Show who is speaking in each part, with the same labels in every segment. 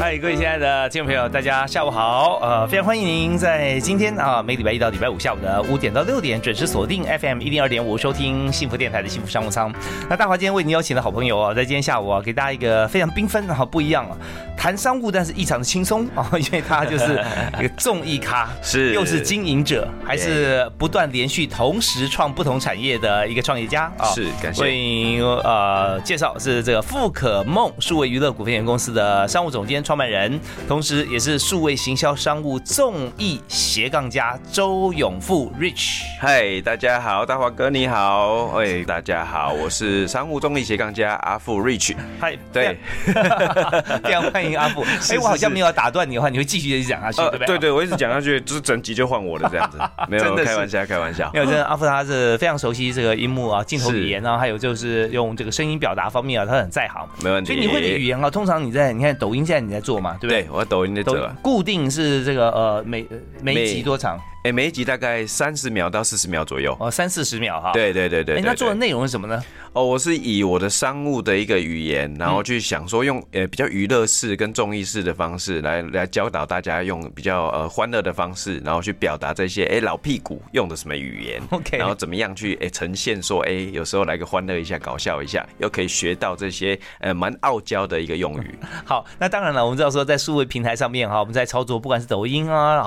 Speaker 1: 嗨，各位亲爱的听众朋友，大家下午好！呃，非常欢迎您在今天啊，每礼拜一到礼拜五下午的五点到六点准时锁定 FM 一零二点五收听幸福电台的幸福商务舱。那大华今天为您邀请的好朋友啊，在今天下午啊，给大家一个非常缤纷啊不一样啊，谈商务但是异常的轻松啊，因为他就是一个综艺咖，
Speaker 2: 是
Speaker 1: 又是经营者，还是不断连续同时创不同产业的一个创业家啊。
Speaker 2: 是感谢
Speaker 1: 为您呃介绍是这个富可梦数位娱乐股份有限公司的商务总监、创办人，同时也是数位行销商务众议斜杠家周永富 Rich。
Speaker 2: 嗨，大家好，大华哥你好，哎，大家好，我是商务综艺斜杠家阿富 Rich，
Speaker 1: 嗨，
Speaker 2: 对
Speaker 1: 非 常，非常欢迎阿 富。哎，我好像没有打断你的话，你会继续一直讲下去，对不对？
Speaker 2: 呃对对，我一直讲下去， 就是整集就换我的这样子，没 有
Speaker 1: 真的是
Speaker 2: 开玩笑，开玩笑
Speaker 1: 没，有，真的阿富他是非常熟悉这个音幕啊、镜头语言啊，还有就是用这个声音表达方面啊，他很在行。
Speaker 2: 没问题
Speaker 1: 所以你会的语言啊，通常你在你看抖音现在你在做嘛，对不对
Speaker 2: 对？我抖音的
Speaker 1: 抖
Speaker 2: 者，
Speaker 1: 固定是这个呃每呃每一
Speaker 2: 每
Speaker 1: 集多长？
Speaker 2: 哎，每一集大概三十秒到四十秒左右。
Speaker 1: 哦，三四十秒哈。
Speaker 2: 对对对对
Speaker 1: 哎。
Speaker 2: 对，
Speaker 1: 那做的
Speaker 2: 对
Speaker 1: 内容是什么呢？
Speaker 2: 哦，我是以我的商务的一个语
Speaker 1: 嗯
Speaker 2: 言，然后去想说用呃比较娱乐式跟综艺式的方式来来教导大家用比较呃欢乐的方式，然后去表达这些哎老屁股用的什么语言
Speaker 1: OK
Speaker 2: 然后怎么样去哎呈现说哎有时候来个欢乐一下，搞笑一下，又可以学到这些呃蛮傲娇的一个用 语。
Speaker 1: 好，那当然了，我们知道说在数位平台上面哈，我们在操作，不管是抖音啊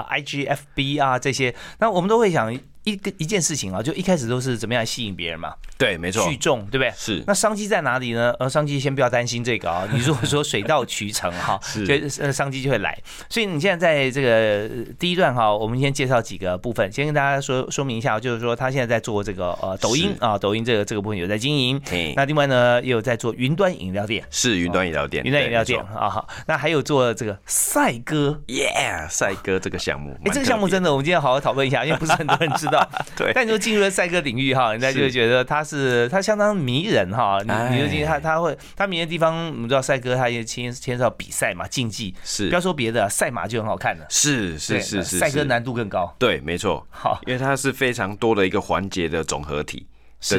Speaker 1: 啊、IGFB 啊这些，那我们都会想一个一件事情啊，就一开始都是怎么样吸引别人嘛，
Speaker 2: 对，没错，
Speaker 1: 聚众，对不对？
Speaker 2: 是
Speaker 1: 那商机在哪里呢？呃，商机先不要担心这个 啊、你如果说水到渠成哈，就呃商机就会来。所以你现在在这个呃第一段哈、我们先介绍几个部分，先跟大家说说明一下，就是说他现在在做这个呃抖音
Speaker 2: 是
Speaker 1: 啊、抖音这个这个部分有在经营
Speaker 2: 嘿。
Speaker 1: 那另外呢，也有在做云端饮料店，
Speaker 2: 是云端饮料店，
Speaker 1: 云端饮料
Speaker 2: 对
Speaker 1: 店
Speaker 2: 没错
Speaker 1: 啊，好，那还有做这个赛哥。
Speaker 2: ，Yeah，赛哥这个项目，
Speaker 1: 哎，这个项目真
Speaker 2: 的
Speaker 1: 的，我们今天好好讨论一下，因为不是很多人知道。
Speaker 2: 对
Speaker 1: 但你说进入了赛鸽领域哈，人家就会
Speaker 2: 是哎
Speaker 1: 觉得他是他相当迷人哈。你你就进他他会他迷人的地方，我们知道赛鸽他也牵牵涉到比赛嘛，竞技。
Speaker 2: 是
Speaker 1: 不要说别的，啊赛马就很好看了。
Speaker 2: 是
Speaker 1: 对
Speaker 2: 是是是
Speaker 1: 赛鸽
Speaker 2: 是
Speaker 1: 难度更高。
Speaker 2: 对，没错，
Speaker 1: 好
Speaker 2: 因为它是非常多的一个环节的总合体。对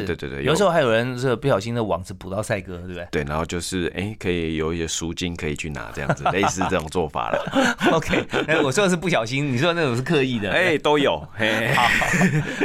Speaker 1: 是
Speaker 2: 对对对，
Speaker 1: 有时候还有人是不小心的网子捕到赛鸽，对不对？
Speaker 2: 对，然后就是哎、诶可以有一些赎金可以去拿，这 样子类似这种做法了。
Speaker 1: OK，那我说的是不小心，你说的那种是刻意的。
Speaker 2: 哎、都有，嘿，好，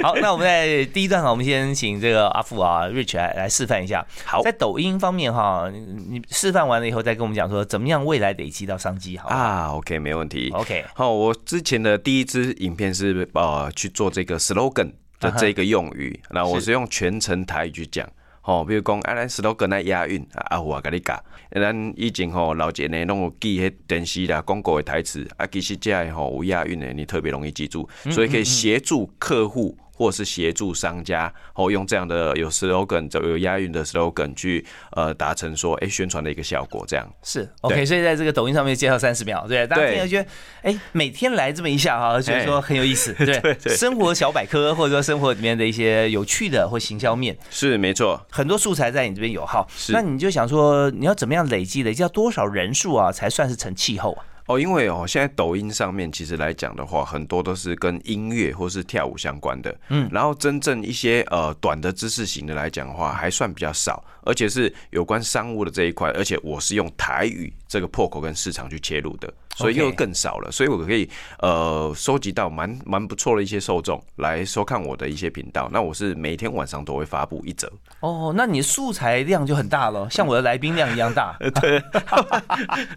Speaker 1: 好，那我们在第一段哈，我们先请这个阿富啊，Rich 来来示范一下。
Speaker 2: 好
Speaker 1: 在抖音方面哈，你你示范完了以后再跟我们讲说，怎么样未来累积到商机好吧
Speaker 2: 啊，OK，没问题。
Speaker 1: OK
Speaker 2: 好，我之前的第一支影片是呃去做这个 slogan 的这个用语，然后我是用全程台语去讲。吼，比如讲，啊，咱 slogan 来押韵，啊，啊有啊，甲你教。咱以前吼，老姐呢，拢有记迄电视啦、广告的台词，啊，其实这个吼有押韵的，你特别容易记住，所以可以协助客户或是协助商家，哦，用这样的有 slogan、有押韵的 slogan 去呃达成说，哎、宣传的一个效果，这样。
Speaker 1: 是 OK，所以在这个抖音上面介绍三十秒，对，大家听了觉得，哎，每天来这么一下哈，觉得说很有意 思，哎对，生活小百科或者说生活里面的一些有趣的或行销面，
Speaker 2: 是没错，
Speaker 1: 很多素材在你这边有哈，那你就想说你要怎么样累积，累积到多少人数啊才算是成气候啊？
Speaker 2: 哦，因为哦，现在抖音上面其实来讲的话，很多都是跟音乐或是跳舞相关的，嗯，然后真正一些呃短的知识型的来讲的话，还算比较少，而且是有关商务的这一块，而且我是用台语这个破口跟市场去切入的，所以又
Speaker 1: OK
Speaker 2: 更少了。所以我可以呃收集到蛮蛮不错的一些受众来收看我的一些频道。那我是每天晚上都会发布一则，
Speaker 1: 哦，那你素材量就很大 了，像我的来宾量一样大。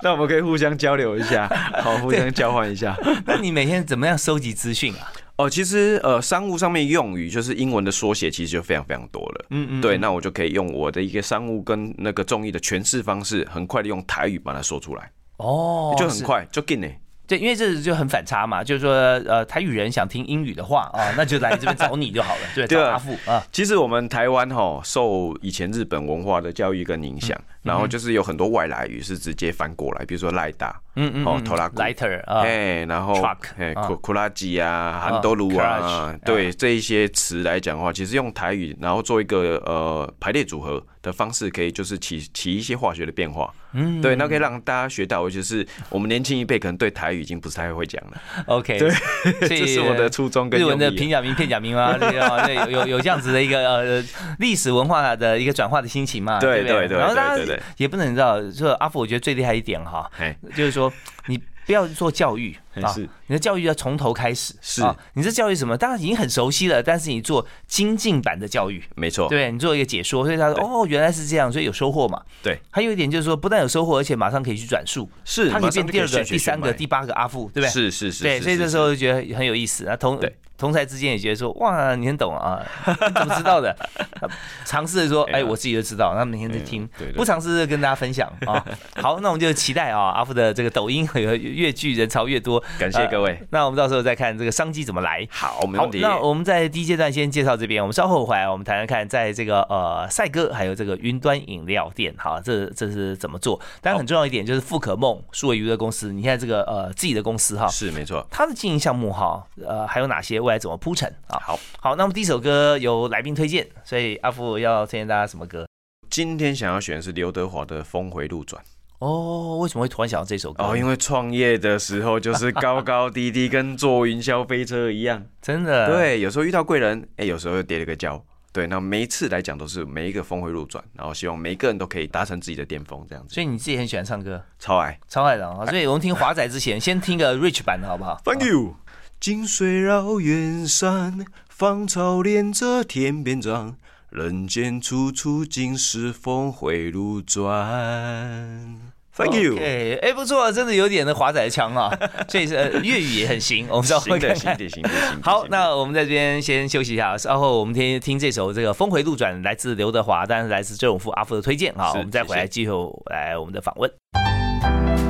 Speaker 2: 那我们可以互相交流一 下，好，互相交换一下。
Speaker 1: 那你每天怎么样收集资讯啊？
Speaker 2: 哦，其实呃，商务上面用语就是英文的缩写，其实就非常非常多了。嗯嗯，对，那我就可以用我的一个商务跟那个综艺的诠释方式，很快的用台语把它说出来，
Speaker 1: 哦，
Speaker 2: 就很
Speaker 1: 是
Speaker 2: 快，就进呢。
Speaker 1: 对，因为这就很反差嘛，就是说，呃，台语人想听英语的话 啊，那就来这边找你就好了，对，
Speaker 2: 对
Speaker 1: 找
Speaker 2: 啊
Speaker 1: 阿富啊，
Speaker 2: 其实我们台湾哈，受以前日本文化的教育跟影响，然后就是有很多外来语是直接翻过来，比如说赖大，嗯嗯，哦，头拉古，
Speaker 1: ，lighter 啊，
Speaker 2: 哎，然后
Speaker 1: Truck，
Speaker 2: 哎，
Speaker 1: 啊
Speaker 2: 库库拉吉啊，韩多鲁啊
Speaker 1: Courage，，
Speaker 2: 对这一些词来讲的话，其实用台语，然后做一个呃排列组合的方式，可以就是起起一些化学的变化。嗯，对，那可以让大家学到，尤其是我们年轻一辈可能对台语已经不是太会讲了。
Speaker 1: OK，
Speaker 2: 对
Speaker 1: 所以
Speaker 2: 这是我的初衷跟
Speaker 1: 日文的
Speaker 2: 用意啊
Speaker 1: 平假名、片假名 啊，对啊，对有有有这样子的一个呃历史文化的一个转化的心情嘛，
Speaker 2: 对
Speaker 1: 不
Speaker 2: 对对
Speaker 1: 然后
Speaker 2: 对
Speaker 1: 大
Speaker 2: 对
Speaker 1: 家
Speaker 2: 对
Speaker 1: 也不能知道，说阿福，我觉得最厉害一点 哈，
Speaker 2: 哎，
Speaker 1: 就是说你不要做教 育啊
Speaker 2: 是，
Speaker 1: 你的教育要从头开始，
Speaker 2: 是
Speaker 1: 啊，你这教育什么？当然已经很熟悉了，但是你做精进版的教育，
Speaker 2: 没错，
Speaker 1: 对你做一个解说，所以他说
Speaker 2: 哦对
Speaker 1: 哦，原来是这样，所以有收获嘛。
Speaker 2: 对，
Speaker 1: 还有一点就是说，不但有收获，而且马上可以去转述，
Speaker 2: 是
Speaker 1: 他可以
Speaker 2: 马
Speaker 1: 变
Speaker 2: 上就
Speaker 1: 第二
Speaker 2: 可
Speaker 1: 个、
Speaker 2: 以去
Speaker 1: 第三个、
Speaker 2: 买
Speaker 1: 第八个阿富，对不对？
Speaker 2: 是是是，
Speaker 1: 对，
Speaker 2: 是
Speaker 1: 所以
Speaker 2: 是
Speaker 1: 这时候就觉得很有意思。那同
Speaker 2: 对
Speaker 1: 同台之间也觉得说，哇，你很懂啊，你怎么知道的？ 啊尝试着说，
Speaker 2: 哎
Speaker 1: 哎，
Speaker 2: 呀哎
Speaker 1: 我自己就知道，那每天在听
Speaker 2: 对，对
Speaker 1: 不尝试着跟大家分享 啊。好，那我们就期待啊，阿富的这个抖音和越剧人潮越多，
Speaker 2: 感谢各位
Speaker 1: 呃那我们到时候再看这个商机怎么来。
Speaker 2: 好，没
Speaker 1: 好
Speaker 2: 问，题。
Speaker 1: 那我们在第一阶段先介绍这边，我们稍后回来，我们谈谈看，在这个呃赛哥还有这个云端饮料店，哈，这这是怎么做？当然很重要一点就是富可梦数位娱乐公司，你看这个呃自己的公司哈，
Speaker 2: 是没错，
Speaker 1: 它的经营项目哈，呃还有哪些未来怎么铺陈啊？
Speaker 2: 好。
Speaker 1: 好，那我们第一首歌由来宾推荐，所以阿富要推荐大家什么歌？
Speaker 2: 今天想要选的是刘德华的《峰回路转》。
Speaker 1: 哦，为什么会突然想到这首歌？
Speaker 2: 哦，因为创业的时候就是高高低低，跟坐云霄飞车一 样。呃
Speaker 1: 真的，
Speaker 2: 对，有时候遇到贵人，哎、有时候又跌了个跤。对，那每一次来讲都是每一个峰回路转，然后希望每一个人都可以达成自己的巅峰，这样子
Speaker 1: 所以你自己很喜欢唱歌，
Speaker 2: 超爱。
Speaker 1: 超爱的啊！所以我们听华仔之前，先听个 Rich 版的好不好？
Speaker 2: Thank you。近水绕远山，芳草连着天边长，人间处处尽是峰回路转。Thank you。
Speaker 1: 哎哎，不错，真的有点那华仔腔啊，所以是呃粤语也很行，我们稍
Speaker 2: 行
Speaker 1: 微看
Speaker 2: 的，
Speaker 1: 看
Speaker 2: 行。的，行的，行的。
Speaker 1: 好，
Speaker 2: 行的
Speaker 1: 那我们在这边先休息一下，稍后我们听听这首这个《峰回路转》，来自刘德华，但是来自周永富阿富的推荐啊，
Speaker 2: 是
Speaker 1: 我们再回来
Speaker 2: 谢谢
Speaker 1: 继续来我们的访问。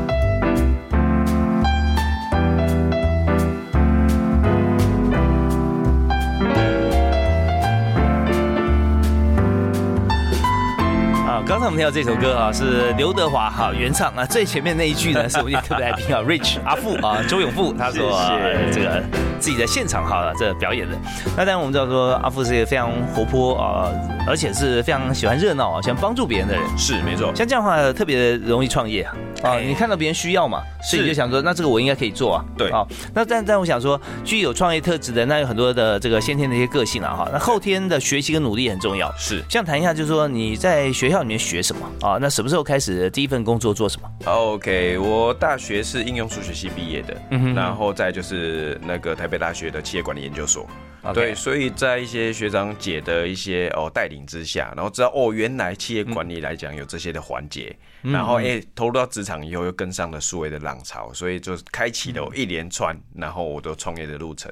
Speaker 1: 啊，刚才我们听到这首歌啊，是刘德华哈、原唱啊，最前面那一句呢是我们的特别来宾啊，Rich 阿富啊，周永富他所、
Speaker 2: 谢谢
Speaker 1: 呃这个自己在现场哈、这个表演的。那当然我们知道说阿富是一个非常活泼啊、而且是非常喜欢热闹啊，喜欢帮助别人的人。
Speaker 2: 是没错。
Speaker 1: 像这样的话，特别容易创业啊！啊，你看到别人需要嘛，所以你
Speaker 2: 是
Speaker 1: 就想说，那这个我应该可以做啊。
Speaker 2: 对
Speaker 1: 啊，那但但我想说，具有创业特质的，那有很多的这个先天的一些个性啊，哈，那后天的学习跟努力也很重要。
Speaker 2: 是
Speaker 1: 想谈一下，就是说你在学校里面学什么啊？那什么时候开始第一份工作做什么？
Speaker 2: OK，我大学是应用数学系毕业的，
Speaker 1: 嗯
Speaker 2: 然后再就是那个台北大学的企业管理研究所。
Speaker 1: OK
Speaker 2: 对，所以在一些学长姐的一些哦带领之下，然后知道哦，原来企业管理来讲有这些的环节，
Speaker 1: 嗯
Speaker 2: 然后哎、投入到职场以后又跟上了数位的浪潮，所以就开启了我
Speaker 1: 嗯
Speaker 2: 一连串，然后我的创业的路程。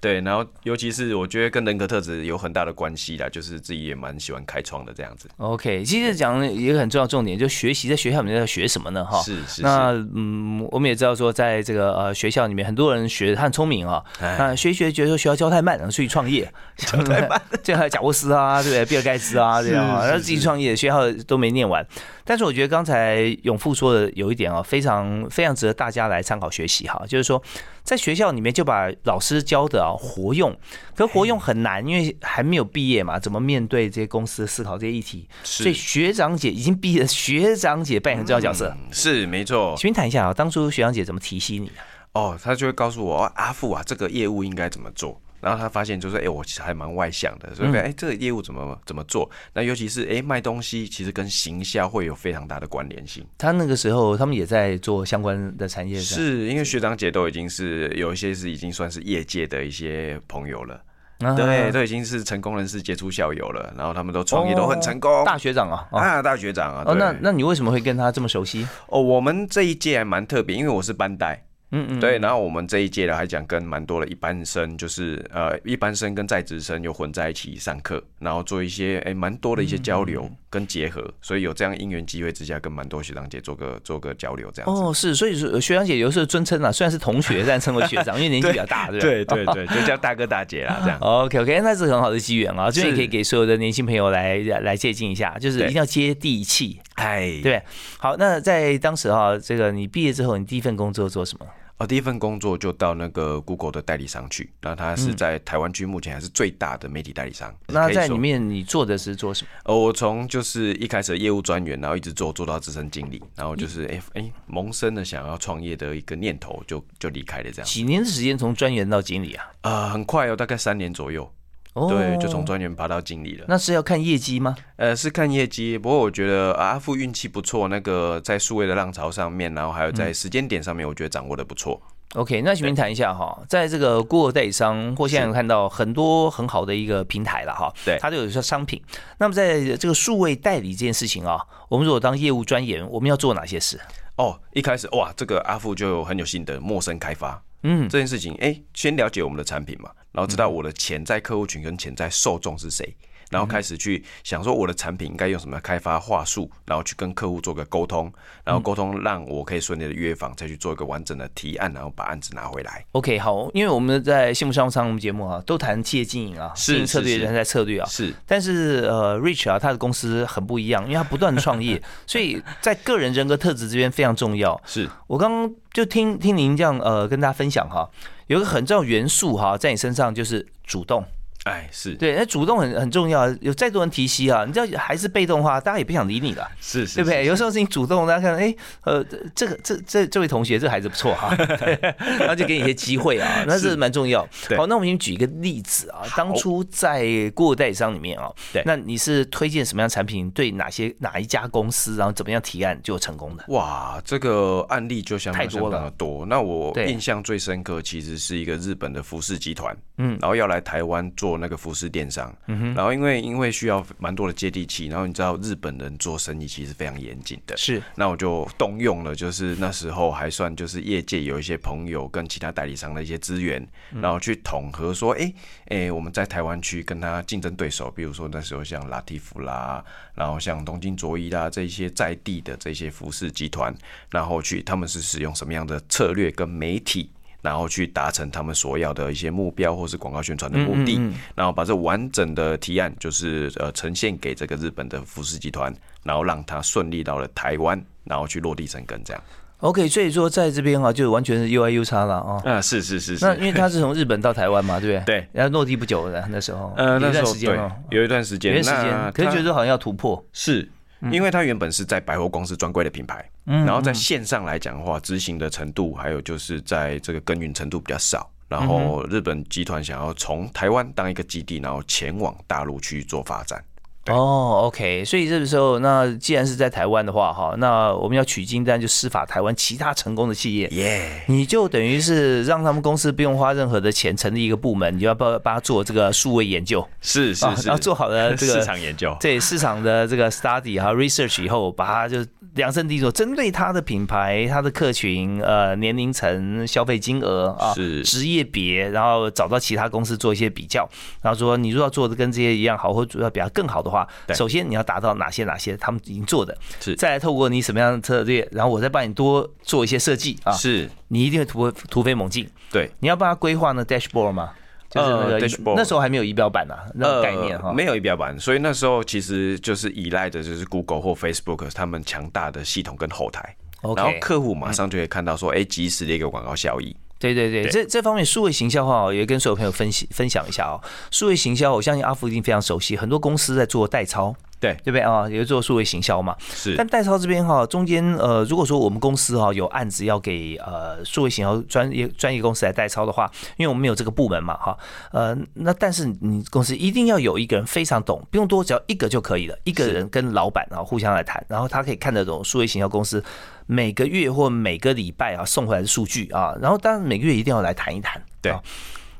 Speaker 2: 对，然后尤其是我觉得跟人格特质有很大的关系啦，就是自己也蛮喜欢开创的这样子。
Speaker 1: OK，其实讲一个很重要的重点，就学习在学校里面要学什么呢？哈，
Speaker 2: 是是是
Speaker 1: 那嗯，我们也知道说，在这个呃学校里面，很多人学得很聪明啊、那学一学觉得说学校教太慢，然后出去创业，教太 慢，这还有贾沃斯啊，对不对？比尔盖茨啊，这样啊，然后自己创业，学校都没念完。但是我觉得刚才永富说的有一点啊、非常非常值得大家来参考学习哈，就是说在学校里面就把老师教的啊活用，可活用很难，因为还没有毕业嘛，怎么面对这些公司思考这些议题？
Speaker 2: 是
Speaker 1: 所以学长姐已经毕业的学长姐扮演很重要角色。
Speaker 2: 嗯是没错，
Speaker 1: 请您谈一下啊，当初学长姐怎么提携你的？
Speaker 2: 哦，他就会告诉我，哦阿富啊，这个业务应该怎么做。然后他发现就是，哎、我其实还蛮外向的，所
Speaker 1: 嗯
Speaker 2: 以哎、诶这个业务怎么怎么做？那尤其是哎、诶卖东西，其实跟行销会有非常大的关联性。
Speaker 1: 他那个时候他们也在做相关的产业，
Speaker 2: 是因为学长姐都已经是有一些是已经算是业界的一些朋友了，
Speaker 1: 啊
Speaker 2: 对，都已经是成功人士、杰出校友了，然后他们都创业都很成功。
Speaker 1: 哦大学长啊，哦
Speaker 2: 啊，大学长啊，
Speaker 1: 哦，
Speaker 2: 对
Speaker 1: 那那你为什么会跟他这么熟悉？
Speaker 2: 哦，我们这一届还蛮特别，因为我是班代，
Speaker 1: 嗯嗯，
Speaker 2: 对，然后我们这一届的还讲跟蛮多的一般生，就是呃一般生跟在职生又混在一起上课，然后做一些哎蛮多的一些交流
Speaker 1: 嗯
Speaker 2: 跟结合，所以有这样因缘机会之下，跟蛮多学长姐做个做个交流这样子。
Speaker 1: 哦，是，所以说呃学长姐有时候尊称啊，虽然是同学，但称为学长，因为年纪比较大，对不对？
Speaker 2: 对 对对，就叫大哥大姐啦，这样
Speaker 1: OK OK，那是哎很好的机缘啊，这边也
Speaker 2: 是
Speaker 1: 可以给所有的年轻朋友来来借鉴一下，就是一
Speaker 2: 对
Speaker 1: 定要接地气，
Speaker 2: 哎
Speaker 1: 对不，对？好，那在当时啊，这个你毕业之后，你第一份工作做什么？
Speaker 2: 哦，第一份工作就到那个 Google 的代理商去，那他是在台湾区目前还是最大的媒体代理商。
Speaker 1: 嗯那
Speaker 2: 可以
Speaker 1: 在
Speaker 2: 说
Speaker 1: 里，面你做的是做什么？
Speaker 2: 呃，我从就是一开始的业务专员，然后一直做做到资深经理，然后就是
Speaker 1: 嗯
Speaker 2: 哎哎、萌生了想要创业的一个念头，就就离开了这样。
Speaker 1: 几年的时间从专员到经理啊？
Speaker 2: 呃，很快哦，大概三年左右，
Speaker 1: 哦
Speaker 2: 对，就从专员爬到经理了。
Speaker 1: 那是要看业绩吗？
Speaker 2: 呃，是看业绩，不过我觉得啊阿富运气不错，那个在数位的浪潮上面，然后还有
Speaker 1: 嗯
Speaker 2: 在时间点上面，我觉得掌握的不错。
Speaker 1: OK，那请您谈一下哈，在这个 Google 代理商或现在有看到很多很好的一个平台了哈，
Speaker 2: 对
Speaker 1: 它都有一些商品。那么在这个数位代理这件事情啊，我们如果当业务专员，我们要做哪些事？
Speaker 2: 哦，一开始哇，这个阿富就很有心得，陌生开发，嗯，这件事情，哎、先了解我们的产品嘛，然后知道我的潜在客户群跟潜在受众是谁，然后开始去想说我的产品应该用什么开发话术，然后去跟客户做个沟通，然后沟通让我可以顺利的约访，再去做一个完整的提案，然后把案子拿回来。
Speaker 1: OK，好，因为我们在幸福商务舱我们节目啊，都谈企业经营啊，
Speaker 2: 是
Speaker 1: 经营策略、
Speaker 2: 是是
Speaker 1: 人才策略啊。
Speaker 2: 是
Speaker 1: 但是呃，Rich 啊，他的公司很不一样，因为他不断地创 业，所以在个人人格特质这边非常重要。
Speaker 2: 是，
Speaker 1: 我刚刚就听听您这样呃跟大家分享哈，有一个很重要的元素哈，在你身上就是主动。
Speaker 2: 哎，是
Speaker 1: 对，那主动很很重要，有再多人提携啊，你知道还是被动化，大家也不想理你了。
Speaker 2: 是是，
Speaker 1: 对不对？有时候是你主动，大家看，哎，呃，这个这这这位同学，这个孩子不错哈、 对然后就给你一些机会啊，那是蛮重要。
Speaker 2: 对
Speaker 1: 好，那我们先举一个例子啊，当初在过代理商里面啊，
Speaker 2: 对
Speaker 1: 那你是推荐什么样的产品，对哪些哪一家公司，然后怎么样提案就成功的？
Speaker 2: 哇，这个案例就相
Speaker 1: 太
Speaker 2: 当
Speaker 1: 多
Speaker 2: 相当的多。那我
Speaker 1: 对
Speaker 2: 印象最深刻，其实是一个日本的服饰集团，嗯，然后要来台湾做那个服饰电商，嗯然后因为因为需要蛮多的接地气，然后你知道日本人做生意其实非常严谨的，
Speaker 1: 是
Speaker 2: 那我就动用了，就是那时候还算就是业界有一些朋友跟其他代理商的一些资源，然后去统合说，哎、哎、我们在台湾区跟他竞争对手，比如说那时候像拉蒂夫啦，然后像东京卓一啦这一些在地的这些服饰集团，然后去他们是使用什么样的策略跟媒体。然后去达成他们所要的一些目标或是广告宣传的目的，然后把这完整的提案就是呃呈现给这个日本的服饰集团，然后让它顺利到了台湾，然后去落地生根这样。
Speaker 1: OK，所以说在这边啊，就完全是 U I U 差了啊。
Speaker 2: 啊，是是是
Speaker 1: 那因为他是从日本到台湾嘛，对不对？
Speaker 2: 对
Speaker 1: 然后落地不久的那时候，
Speaker 2: 呃，
Speaker 1: 有
Speaker 2: 那
Speaker 1: 一
Speaker 2: 时
Speaker 1: 段
Speaker 2: 候
Speaker 1: 时间
Speaker 2: 对啊
Speaker 1: 哦，，
Speaker 2: 有一段时
Speaker 1: 有
Speaker 2: 间，
Speaker 1: 一段时
Speaker 2: 那
Speaker 1: 间，可是
Speaker 2: 它
Speaker 1: 觉得嗯好像要突破。
Speaker 2: 是。因为它原本是在百货公司专柜的品牌，
Speaker 1: 嗯
Speaker 2: 然后在线上来讲的话，执行的程度还有就是在这个耕耘程度比较少。然
Speaker 1: 嗯
Speaker 2: 后日本集团想要从台湾当一个基地，然后前往大陆去做发展。对
Speaker 1: 哦，OK，所以这个时候，那既然是在台湾的话，哈，那我们要取经，但就施法台湾其他成功的企业，
Speaker 2: 耶、
Speaker 1: 你就等于是让他们公司不用花任何的钱成立一个部门，你就要帮帮他做这个数位研究，
Speaker 2: 是是是，
Speaker 1: 然啊后做好了这个
Speaker 2: 市场研究。
Speaker 1: 对市场的这个 study 和 research 以后，把它就量身定做，针对它的品牌、它的客群、呃年龄层、消费金额啊、
Speaker 2: 是
Speaker 1: 职业别，然后找到其他公司做一些比较，然后说你如果要做的跟这些一样好，或者要比它更好的话，
Speaker 2: 对
Speaker 1: 首先你要达到哪些哪些他们已经做的，
Speaker 2: 是
Speaker 1: 再来透过你什么样的策略，然后我再帮你多做一些设计啊，
Speaker 2: 是，
Speaker 1: 你一定会突突飞猛进。
Speaker 2: 对，
Speaker 1: 你要帮他规划呢 dashboard 吗？就是那个、
Speaker 2: 呃，dashboard
Speaker 1: 那时候还没有仪表板啊，那种概念哈、
Speaker 2: 呃，没有仪表板，所以那时候其实就是依赖的就是 Google 或 Facebook 他们强大的系统跟后台
Speaker 1: OK
Speaker 2: 然后客户马上就会看到说，哎、及时的一个广告效益。
Speaker 1: 对对对，
Speaker 2: 对
Speaker 1: 这这方面数位行销哈，也跟所有朋友分析分享一下哦。数位行销，我相信阿福一定非常熟悉，很多公司在做代操，
Speaker 2: 对
Speaker 1: 对不对啊？也就做数位行销嘛。
Speaker 2: 是
Speaker 1: 但代操这边哈、中间呃，如果说我们公司哈、有案子要给呃数位行销专业专业公司来代操的话，因为我们没有这个部门嘛哈、呃，那但是你公司一定要有一个人非常懂，不用多，只要一个就可以了，一个人跟老板啊互相来谈，然后他可以看得懂数位行销公司每个月或每个礼拜啊送回来的数据啊，然后当然每个月一定要来谈一谈，
Speaker 2: 对
Speaker 1: 啊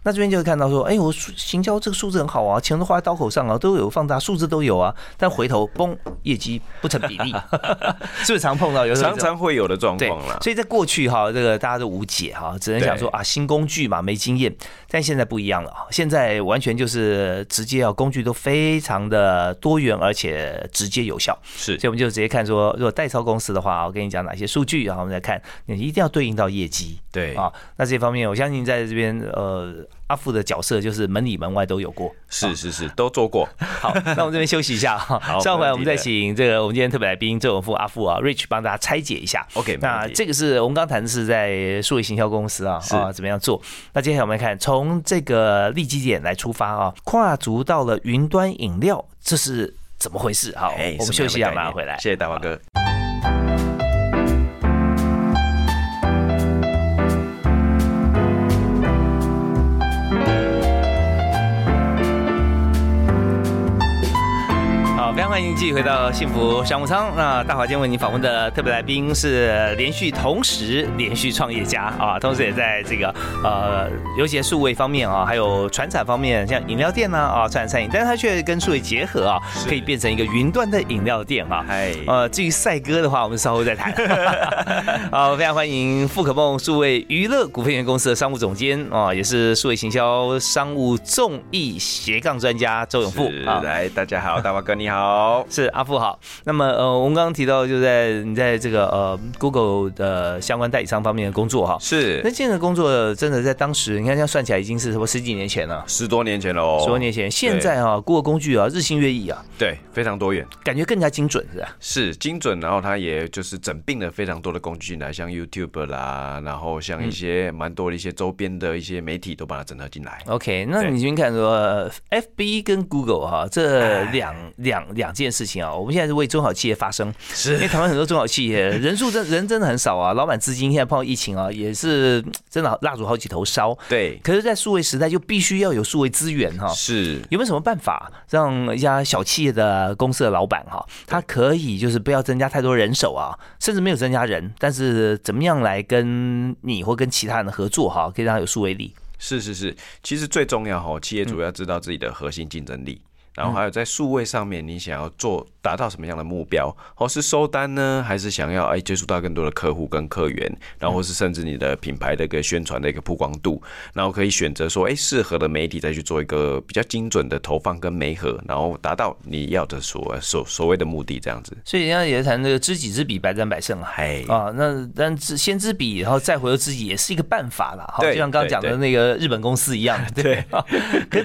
Speaker 1: 那这边就会看到说，哎、我数行销这个数字很好啊，钱都花在刀口上啊，都有放大，数字都有啊，但回头嘣，业绩不成比例， 是不是常碰到？有时候
Speaker 2: 常常会有的状
Speaker 1: 对
Speaker 2: 况啦，。
Speaker 1: 所以在过去哈，这个大家都无解哈，只能想说
Speaker 2: 对
Speaker 1: 啊，新工具嘛，没经验。但现在不一样了啊，现在完全就是直接啊，工具都非常的多元，而且直接有效。
Speaker 2: 是
Speaker 1: 所以我们就直接看说，如果代操公司的话，我跟你讲哪些数据，然后我们再看，你一定要对应到业绩。
Speaker 2: 对
Speaker 1: 啊，那这方面我相信在这边呃，阿富的角色就是门里门外都有过。
Speaker 2: 是是是，都做过。
Speaker 1: 好，那我们这边休息一下哈。
Speaker 2: 好
Speaker 1: 稍后回来我们
Speaker 2: 没
Speaker 1: 再
Speaker 2: 问题
Speaker 1: 请这个我们今天特别来宾郑文富阿富啊，Rich 帮大家拆解一下。
Speaker 2: OK，没
Speaker 1: 那
Speaker 2: 问题
Speaker 1: 这个是我们刚谈的是在数位行销公司啊
Speaker 2: 是
Speaker 1: 啊怎么样做？那接下来我们来看从这个利基点来出发啊，跨足到了云端饮料，这是怎么回事？好，
Speaker 2: 哎
Speaker 1: 我们
Speaker 2: 什
Speaker 1: 休
Speaker 2: 么样的
Speaker 1: 息一下，
Speaker 2: 概
Speaker 1: 马上
Speaker 2: 念
Speaker 1: 回来。
Speaker 2: 谢谢大华哥。
Speaker 1: 好，非常欢迎继续回到幸福商务舱。那大华今天为您访问的特别来宾是连续同时连续创业家啊，同时也在这个呃，尤其在数位方面啊，还有传产方面，像饮料店呢啊，传产餐饮，但是它却跟数位结合啊，可以变成一个云端的饮料店啊。
Speaker 2: 嗨，
Speaker 1: 呃，至于赛哥的话，我们稍后再 谈。好，非常欢迎富可梦数位娱乐股份有限公司的商务总监啊、也是数位行销商务众议斜杠专家周永富
Speaker 2: 是
Speaker 1: 啊。
Speaker 2: 来，大家好，大华哥 你好。
Speaker 1: 是阿富好。那么呃，我们刚刚提到就在你在这个呃 Google 的相关代理商方面的工作哈。那
Speaker 2: 是
Speaker 1: 现在的工作真的在当时，你看这样算起来已经是什么十几年前了，
Speaker 2: 十多年前喽，
Speaker 1: 十多年前。现在啊，Google 工具啊日新月异啊，
Speaker 2: 对，非常多元，
Speaker 1: 感觉更加精准是吧？
Speaker 2: 是精准，然后它也就是整并了非常多的工具进来，像 YouTube 啦，然后像一些蛮多的一些周边的一些媒体都把它整合进来。
Speaker 1: OK，那
Speaker 2: 对
Speaker 1: 你先看说呃 FB 跟 Google 哈、
Speaker 2: 哎
Speaker 1: 这两两两件事情啊，我们现在是为中小企业发声，是因为台湾很多中小企 业人数真人真的很少啊，老板资金现在碰到疫情啊，也是嗯真的蜡烛好几头烧。
Speaker 2: 对，
Speaker 1: 可是，在数位时代就必须要有数位资源哈、
Speaker 2: 是
Speaker 1: 有没有什么办法让一家小企业的公司的老板哈、他可以就是不要增加太多人手啊，甚至没有增加人，但是怎么样来跟你或跟其他人的合作哈、可以让他有数位力？
Speaker 2: 是是是，其实最重要哈，企业主要知道自己的核心竞争力。然后还有在数位上面，你想要做达到什么样的目标？哦，是收单呢，还是想要哎接触到更多的客户跟客源？然后或是甚至你的品牌的一个宣传的一个曝光度，然后可以选择说哎适合的媒体再去做一个比较精准的投放跟媒合，然后达到你要的所所所谓的目的这样子。
Speaker 1: 所以人家也谈这个知己知彼，百战百胜啊。
Speaker 2: 哎，
Speaker 1: 啊，那但知先知彼，然后再回头知己，也是一个办法啦。哈，
Speaker 2: 对
Speaker 1: 就像刚刚讲的
Speaker 2: 对
Speaker 1: 那个日本公司一样， 对，啊可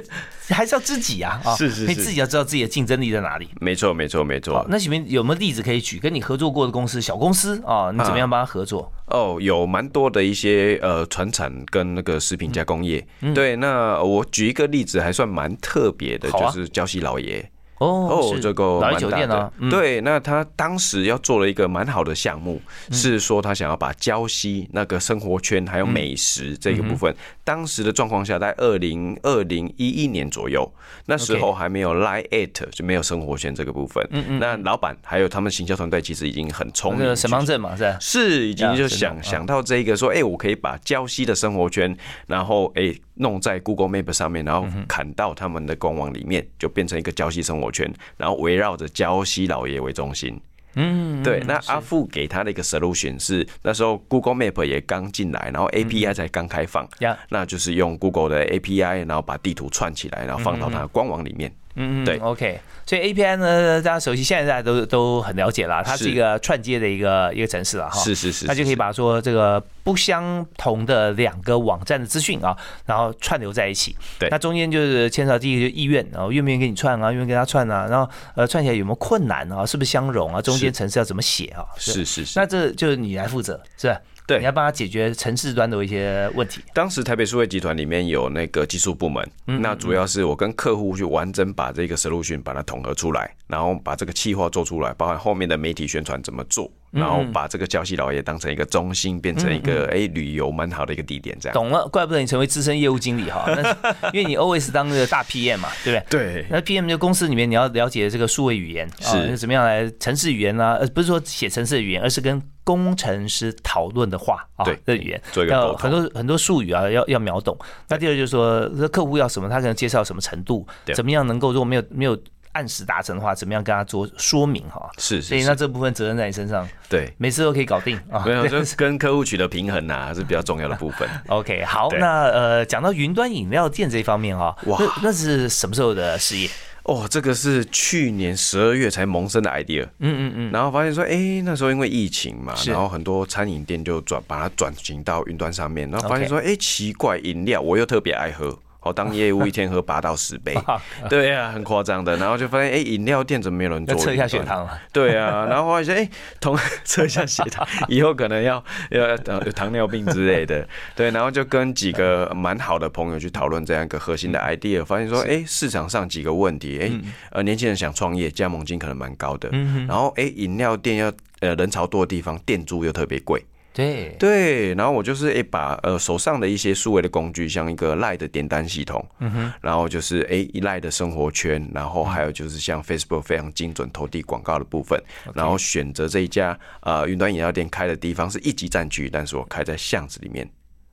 Speaker 1: 还是要知己啊，啊
Speaker 2: 是是是
Speaker 1: 你自己要知道自己的竞争力在哪里。
Speaker 2: 没错没错没错
Speaker 1: 好，。啊那前面有没有例子可以举？跟你合作过的公司，小公司啊，
Speaker 2: 嗯
Speaker 1: 你怎么样帮他合作？
Speaker 2: 哦，有蛮多的一些呃，船产跟那个食品加工业。
Speaker 1: 嗯
Speaker 2: 对，那我举一个例子，还算蛮特别的，
Speaker 1: 好啊
Speaker 2: 就是礁溪老爷。
Speaker 1: 哦
Speaker 2: 哦，，
Speaker 1: 是
Speaker 2: 这个
Speaker 1: 老
Speaker 2: 蛮
Speaker 1: 爷酒
Speaker 2: 大
Speaker 1: 店啊
Speaker 2: 的，对，那他当时要做了一个蛮好的项目，
Speaker 1: 嗯
Speaker 2: 是说他想要把礁溪那个生活圈还有美食这个部
Speaker 1: 嗯
Speaker 2: 分，当时的状况下，在二零二零一一年左右，那时候还没有 Line at 就没有生活圈这个部分。那老板还有他们行销团队其实已经很聪
Speaker 1: 嗯那
Speaker 2: 明
Speaker 1: 个
Speaker 2: 去，
Speaker 1: 沈邦正嘛，是吧
Speaker 2: 是已经
Speaker 1: 呀
Speaker 2: 就
Speaker 1: 真的
Speaker 2: 想、想到这一个说，哎、我可以把礁溪的生活圈，然后哎、弄在 Google Map 上面，然
Speaker 1: 嗯
Speaker 2: 后砍到他们的官网里面，就变成一个礁溪生活圈，然后围绕着礁溪老爷为中心。嗯，对，那阿富给他的一个 solution 是，那时候 Google Map 也刚进来，然后 API 才刚开放，
Speaker 1: 嗯呀
Speaker 2: 那就是用 Google 的 API，然后把地图串起来，然后放到它的官网里面。
Speaker 1: 嗯嗯
Speaker 2: 对
Speaker 1: ，OK。所以 API 呢，大家熟悉，现在大家都都很了解啦，它是
Speaker 2: 是
Speaker 1: 一个串接的一个一个城市了哈。
Speaker 2: 是是是，
Speaker 1: 那就可以
Speaker 2: 是
Speaker 1: 把说这个不相同的两个网站的资讯啊，然后串流在一起。
Speaker 2: 对
Speaker 1: 那中间就是牵扯到第一个就是意愿，然后愿不愿意跟你串啊，愿不愿意跟他串啊，然后呃串起来有没有困难啊，是不是相容啊，中间
Speaker 2: 是
Speaker 1: 城市要怎么写啊？
Speaker 2: 是是是，
Speaker 1: 那这就是你来负责，是吧？
Speaker 2: 对
Speaker 1: 你要帮他解决城市端的一些问题。
Speaker 2: 当时台北数位集团里面有那个技术部门，
Speaker 1: 嗯
Speaker 2: 那主要是我跟客户去完整把这个 solution 把它统合出来，然后把这个企划做出来，包含后面的媒体宣传怎么做，
Speaker 1: 嗯
Speaker 2: 然后把这个礁溪老爷当成一个中心，变成一个哎、旅游蛮好的一个地点这样。
Speaker 1: 懂了，怪不得你成为资深业务经理哈，那是因为你 always 当那个大 PM 嘛，对不对？
Speaker 2: 对
Speaker 1: 那 PM 就公司里面你要了解这个数位语言啊，
Speaker 2: 是
Speaker 1: 那怎么样来城市语言呢、呃，不是说写城市的语言，而是跟工程师讨论的话啊
Speaker 2: 对
Speaker 1: 的语言，
Speaker 2: 做一个
Speaker 1: 要
Speaker 2: 沟通
Speaker 1: 很多很多术语啊，要要秒懂。那第二就是说，这客户要什么，他可能介绍什么程度，
Speaker 2: 对
Speaker 1: 怎么样能够如果没有没有按时达成的话，怎么样跟他做说明哈、
Speaker 2: 是
Speaker 1: 所
Speaker 2: 是
Speaker 1: 以那
Speaker 2: 是，
Speaker 1: 这部分责任在你身上，
Speaker 2: 对，
Speaker 1: 每次都可以搞定啊。
Speaker 2: 没有就是跟客户取得平衡呐、是比较重要的部分。
Speaker 1: OK，好，
Speaker 2: 对
Speaker 1: 那呃，讲到云端饮料店这一方面啊、
Speaker 2: 哇
Speaker 1: 那那是什么时候的事业？
Speaker 2: 哦，这个是去年十二月才萌生的 idea，嗯嗯嗯，然后发现说，哎、那时候因为疫情嘛，
Speaker 1: 是
Speaker 2: 然后很多餐饮店就转把它转型到云端上面，然后发现说，哎、奇怪，饮料我又特别爱喝。 哦，当业务一天喝八到十杯， 对呀、啊，很夸张的。然后就发现，哎、饮料店怎么没有人
Speaker 1: 要
Speaker 2: 做云端？
Speaker 1: 测一下血糖啊。
Speaker 2: 对啊，然后后来说，哎、同 测一下血糖， 以后可能要要要有糖尿病之类的。对，然后就跟几个蛮好的朋友去讨论这样一个核心的 idea，发现说，哎、市场上几个问题，哎、呃，年轻人想创业，加盟金可能蛮高的，然后哎，饮、料店要呃人潮多的地方，店租又特别贵。
Speaker 1: 对，
Speaker 2: 对，然后我就是诶、把呃手上的一些数位的工具，像一个 Line 的点单系统，嗯哼，然后就是诶、一 Line 的生活圈，然后
Speaker 1: 嗯
Speaker 2: 还有就是像 Facebook 非常精准投递广告的部分，然后选择这一家呃云端饮料店开的地方是一级战区，但是我开在巷子里面，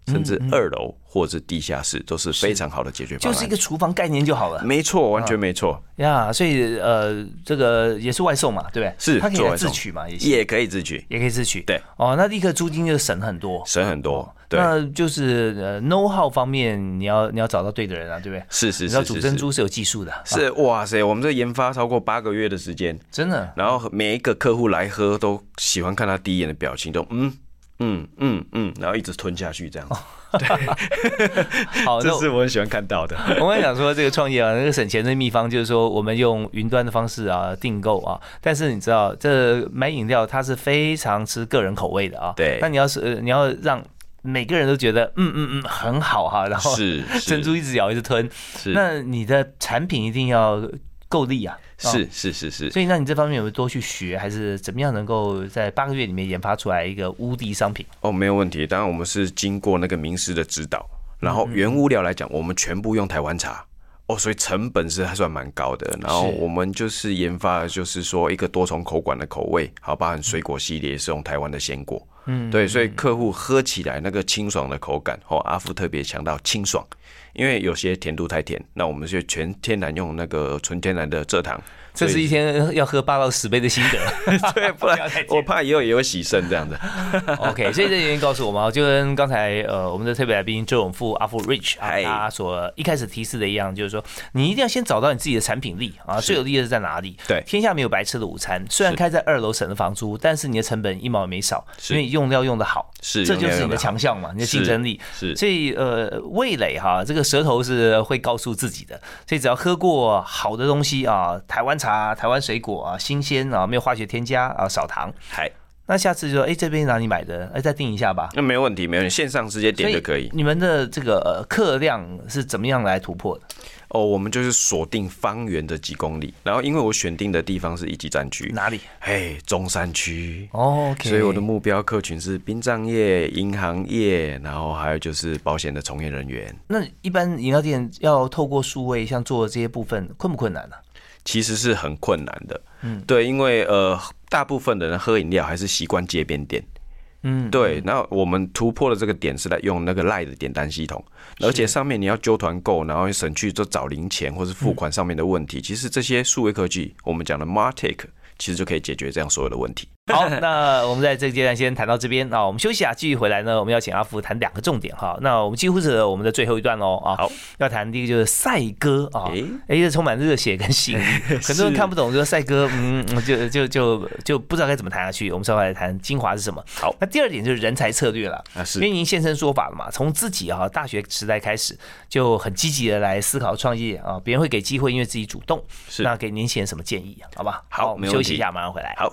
Speaker 2: 甚至二楼或者是地下室都是非常好的解决方
Speaker 1: 就
Speaker 2: 案。
Speaker 1: 嗯是一个嗯厨房概念就好了
Speaker 2: 没错，完全没错，
Speaker 1: 呀。所以呃，这个也是外送嘛，对不对？
Speaker 2: 是
Speaker 1: 他可以
Speaker 2: 做
Speaker 1: 来
Speaker 2: 外
Speaker 1: 自
Speaker 2: 送
Speaker 1: 取嘛，也行
Speaker 2: 也可以自取，
Speaker 1: 也可以自取。
Speaker 2: 对，
Speaker 1: 哦，那立刻租金就省很多。
Speaker 2: 省很多。对，
Speaker 1: 哦那就是呃，know how 方面，你要你要找到对的人啊，对不对？
Speaker 2: 是是
Speaker 1: 你
Speaker 2: 是
Speaker 1: 知道
Speaker 2: 是
Speaker 1: 煮
Speaker 2: 是
Speaker 1: 珍珠是有技术的，啊
Speaker 2: 是哇塞，我们这研发超过八个月的时间。
Speaker 1: 真的。
Speaker 2: 然后每一个客户来喝都喜欢看他第一眼的表情，都嗯嗯嗯嗯，然后一直吞下去这样子，
Speaker 1: 好，那
Speaker 2: 哦这是我很喜欢看到的。
Speaker 1: 我跟你讲说，这个创业啊，那个省钱的秘方就是说，我们用云端的方式啊订购啊。但是你知道，这买饮料它是非常吃个人口味的啊。
Speaker 2: 对
Speaker 1: 那你要是呃你要让每个人都觉得嗯嗯嗯很好哈、然后
Speaker 2: 是 是
Speaker 1: 珍珠一直咬一直吞，
Speaker 2: 是
Speaker 1: 那你的产品一定要够力啊。哦
Speaker 2: 是是是是，
Speaker 1: 所以，那你这方面有没有多去学，还是怎么样能够在八个月里面研发出来一个无敌商品？
Speaker 2: 哦，没有问题。当然，我们是经过那个名师的指导，然
Speaker 1: 嗯
Speaker 2: 后原物料来讲，我们全部用台湾茶。哦，所以成本是还算蛮高的。然后
Speaker 1: 是
Speaker 2: 我们就是研发，就是说一个多重口感的口味，好，包含水果系列是用台湾的鲜果。嗯，对，所以客户喝起来那个清爽的口感，哦，阿福特别强调清爽，因为有些甜度太甜，那我们就全天然用那个纯天然的蔗 糖，
Speaker 1: 这
Speaker 2: 所
Speaker 1: 是
Speaker 2: 以
Speaker 1: 一天要喝八到十杯的 心得。
Speaker 2: 对，不
Speaker 1: 不
Speaker 2: 然
Speaker 1: 要太甜
Speaker 2: 我怕以后也会洗肾这样子。
Speaker 1: OK，所以这原因告诉我们啊，就跟刚才呃我们的特别来宾周永富阿富 Rich 啊，
Speaker 2: 嗨
Speaker 1: 他所一开始提示的一样，就是说你一定要先找到你自己的产品力啊，最有利的是在哪里？
Speaker 2: 对
Speaker 1: 天下没有白吃的午餐。虽然开在二楼省了房租，但是你的成本一毛也没少，因为你用料用的好，
Speaker 2: 是
Speaker 1: 这就
Speaker 2: 用料
Speaker 1: 是你
Speaker 2: 用
Speaker 1: 的
Speaker 2: 得
Speaker 1: 强项嘛，你的
Speaker 2: 是
Speaker 1: 竞争力。
Speaker 2: 是
Speaker 1: 所以呃，味蕾哈，这个舌头是会告诉自己的，所以只要喝过好的东西啊，台湾茶、台湾水果啊，新鲜啊，没有化学添加啊，少糖。
Speaker 2: 嗨，
Speaker 1: 那下次就说，哎、这边哪里买的？哎、再订一下吧。
Speaker 2: 那没问题，没问题，线上直接点就可以。
Speaker 1: 你们的这个呃客量是怎么样来突破的？
Speaker 2: 哦，我们就是锁定方圆的几公里，然后因为我选定的地方是一级战区，
Speaker 1: 哪里
Speaker 2: 嘿，中山区。
Speaker 1: 哦？OK，
Speaker 2: 所以我的目标客群是殡葬业、银行业，然后还有就是保险的从业人员。
Speaker 1: 那一般饮料店要透过数位像做这些部分困不困难呢、啊
Speaker 2: 其实是很困难的。嗯，对，因为呃，大部分的人喝饮料还是习惯街边店。嗯，对。那我们突破的这个点是来用那个赖的点单系统，而且上面你要揪团购，然后省去就找零钱或是付款上面的问题。其实这些数位科技，我们讲的 Martech，其实就可以解决这样所有的问题。
Speaker 1: 好，那我们在这个阶段先谈到这边那我们休息啊，继续回来呢，我们要请阿福谈两个重点哈。那我们几乎是我们的最后一段喽啊。
Speaker 2: 好，
Speaker 1: 要谈第一个就是赛鸽啊，
Speaker 2: 诶
Speaker 1: 哎、这充满热血跟吸 引力，很多人看不懂这个赛鸽，嗯，就就就就不知道该怎么谈下去。我们稍后来谈精华是什么。
Speaker 2: 好
Speaker 1: 那第二点就是人才策略了。
Speaker 2: 啊，
Speaker 1: 因为您现身说法了嘛，从自己啊大学时代开始就很积极的来思考创业啊，别人会给机会，因为自己主动。
Speaker 2: 是
Speaker 1: 那给年轻人什么建议，啊好吧？
Speaker 2: 好
Speaker 1: 我们
Speaker 2: 没问
Speaker 1: 休息一
Speaker 2: 题
Speaker 1: 下，马上回来。
Speaker 2: 好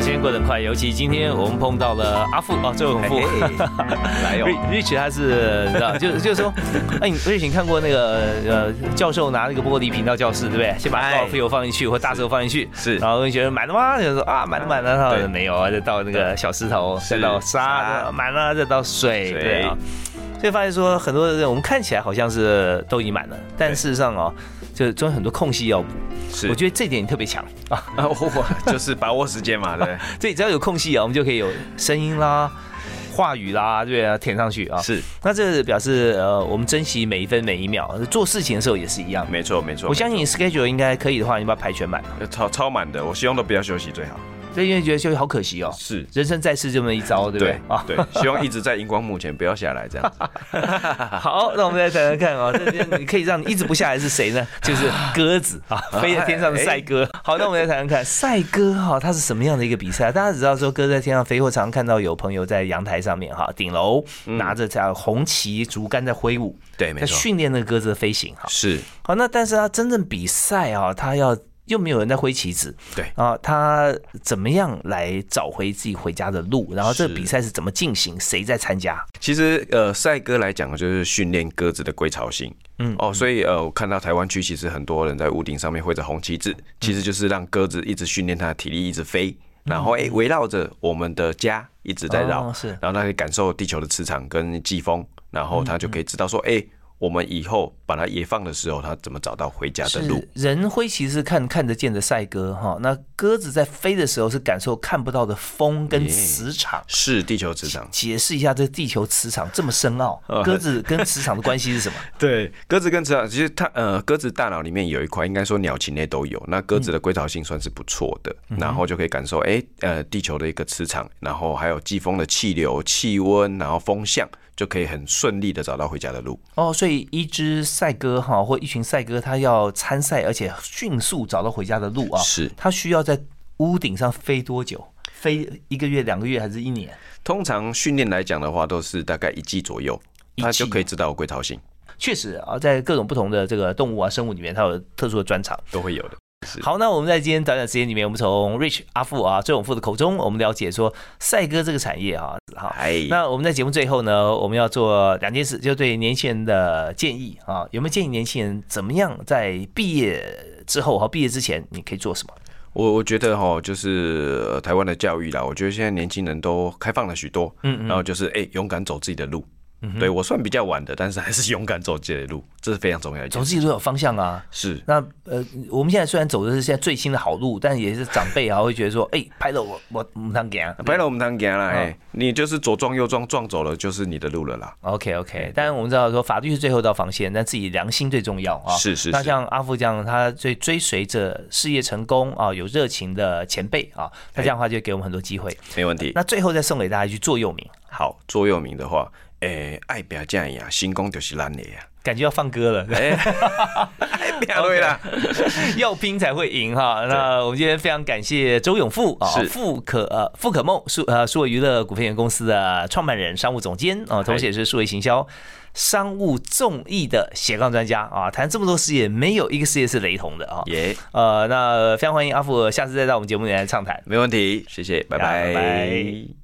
Speaker 1: 间过得很快，尤其今天我们碰到了阿富哦，这位很富。
Speaker 2: 来哦
Speaker 1: r，i c h 他是你知 道，就是就是说，哎，你 Rich 你看过那个呃教授拿那个玻璃频道教室对不对？先把高尔夫球放进去或大石头放进去，
Speaker 2: 哎是
Speaker 1: 然后问学生满了吗？就说啊满了满了，然后
Speaker 2: 对
Speaker 1: 没有啊，再倒那个小石头，再
Speaker 2: 是
Speaker 1: 倒
Speaker 2: 沙
Speaker 1: 沙，满了再倒水，
Speaker 2: 水
Speaker 1: 对啊。所以发现说很多人我们看起来好像是都已经满了，但事实上哦，就中间很多空隙要补。
Speaker 2: 是
Speaker 1: 我觉得这点你特别强啊，
Speaker 2: 啊，我就是把握时间嘛， 对，
Speaker 1: 所以只要有空隙啊，我们就可以有声音啦、话语啦，对啊，填上去啊。
Speaker 2: 是
Speaker 1: 那这表示呃，我们珍惜每一分每一秒，做事情的时候也是一样。
Speaker 2: 没错没错，
Speaker 1: 我相信你 schedule 应该可以的话，你把它排全满。
Speaker 2: 超超满的，我希望都不要休息最好，
Speaker 1: 所以因为觉得就好可惜哦，
Speaker 2: 是。
Speaker 1: 人生在世就那么一遭，对不对啊
Speaker 2: 对？对，希望一直在荧光幕前不要下来这样子。
Speaker 1: 好，那我们来谈谈看啊、这边你可以让你一直不下来是谁 呢？就是鸽子啊，飞在天上
Speaker 2: 哎
Speaker 1: 的赛鸽。好，那我们来谈谈看赛鸽哈，它是什么样的一个比赛？大家只知道说鸽在天上飞，或常常看到有朋友在阳台上面哈，顶楼拿着这样红旗竹竿在挥舞，
Speaker 2: 嗯对，没
Speaker 1: 在
Speaker 2: 错，
Speaker 1: 训练那个鸽子的飞行哈。
Speaker 2: 是
Speaker 1: 好，那但是他真正比赛啊，他要又没有人在挥旗子，
Speaker 2: 对
Speaker 1: 啊，他怎么样来找回自己回家的路？然后这个
Speaker 2: 是
Speaker 1: 比赛是怎么进行？谁在参加？
Speaker 2: 其实呃，赛鸽来讲就是训练鸽子的归巢性。嗯哦，所以呃，我看到台湾区其实很多人在屋顶上面会着红旗
Speaker 1: 嗯
Speaker 2: 帜，其实就是让鸽子一直训练它的体力一直飞，然后诶围绕着我们的家一直在绕，
Speaker 1: 嗯哦是
Speaker 2: 然后它可以感受地球的磁场跟季风，然后它就可以知道说，诶，我们以后把它野放的时候，它怎么找到回家的路
Speaker 1: 是？人挥旗是看看得见的赛鸽哈，那鸽子在飞的时候是感受看不到的风跟磁场。
Speaker 2: 是地球磁场。
Speaker 1: 解释一下这地球磁场这么深 奥，
Speaker 2: 哦
Speaker 1: 鸽子跟磁场的关系是什么？
Speaker 2: 对，鸽子跟磁场，其实它呃，鸽子大脑里面有一块，应该说鸟禽类都有。那鸽子的归巢性算是不错的，
Speaker 1: 嗯
Speaker 2: 然后就可以感受哎、呃地球的一个磁场，然后还有季风的气流、气温，然后风向，就可以很顺利的找到回家的路。
Speaker 1: 哦，所以一只赛鸽哈，或一群赛鸽，它要参赛，而且迅速找到回家的路啊。
Speaker 2: 是
Speaker 1: 它需要在屋顶上飞多久？飞一个月、两个月还是一年？
Speaker 2: 通常训练来讲的话，都是大概一季左右，
Speaker 1: 一
Speaker 2: 它
Speaker 1: 季
Speaker 2: 就可以知道归巢性
Speaker 1: 确实啊，在各种不同的这个动物啊、生物里面，它有特殊的专长。
Speaker 2: 都会有的。是
Speaker 1: 好，那我们在今天短短时间里面，我们从 Rich 阿富啊、周永富的口中，我们了解说赛鸽这个产业啊，好，
Speaker 2: 哎，
Speaker 1: 那我们在节目最后呢，我们要做两件事，就对年轻人的建议啊，有没有建议年轻人怎么样在毕业之后和毕业之前，你可以做什么？
Speaker 2: 我我觉得哈，就是、呃台湾的教育啦，我觉得现在年轻人都开放了许多，嗯然后就是哎、勇敢走自己的路。对我算比较晚的，但是还是勇敢走自己的路，这是非常重要的一
Speaker 1: 走
Speaker 2: 件
Speaker 1: 自
Speaker 2: 事。
Speaker 1: 己都有方向啊。
Speaker 2: 是
Speaker 1: 那呃，我们现在虽然走的是现在最新的好路，但也是长辈啊会觉得说，哎、拍了我我唔当给啊，
Speaker 2: 白了我们当家了，哎、你就是左撞右撞，撞走了就是你的路了啦。
Speaker 1: OK OK，但是我们知道说法律是最后一道防线，但自己良心最重要啊。
Speaker 2: 是是
Speaker 1: 那
Speaker 2: 是
Speaker 1: 像阿富这样，他最追随着事业成功啊，有热情的前辈啊，
Speaker 2: 哎
Speaker 1: 那这样的话就给我们很多机会。
Speaker 2: 没问题。
Speaker 1: 那最后再送给大家一句座右铭，
Speaker 2: 好，座右铭的话，哎、爱表酱呀，心功就是烂的啊 呀。
Speaker 1: 感觉要放歌了，
Speaker 2: 哎、爱表对啦，
Speaker 1: 要拼才会赢哈。那我们今天非常感谢周永富啊，
Speaker 2: 是
Speaker 1: 富可呃富可梦数呃数位娱乐股份有限公司的创办人、商务总监
Speaker 2: 哎
Speaker 1: 啊，同时也是数位行销。商务综艺的斜杠专家啊，谈这么多事业，没有一个事业是雷同的啊。
Speaker 2: 耶、
Speaker 1: 呃，那非常欢迎阿富下次再到我们节目里来畅谈。
Speaker 2: 没问题，谢谢，拜
Speaker 1: 拜拜
Speaker 2: 拜